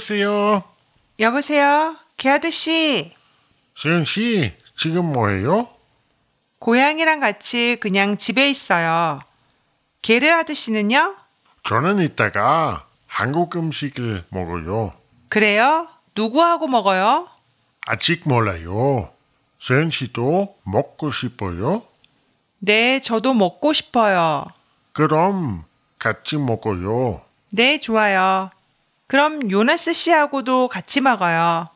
여보세요. 여보세요, 개아드 씨. 세윤 씨, 지금 뭐해요? 고양이랑 같이 그냥 집에 있어요. 게르아드 씨는요? 저는 이따가 한국 음식을 먹어요. 그래요? 누구하고 먹어요? 아직 몰라요. 세윤 씨도 먹고 싶어요? 네, 저도 먹고 싶어요. 그럼 같이 먹어요. 네, 좋아요. 그럼 요나스 씨하고도 같이 먹어요.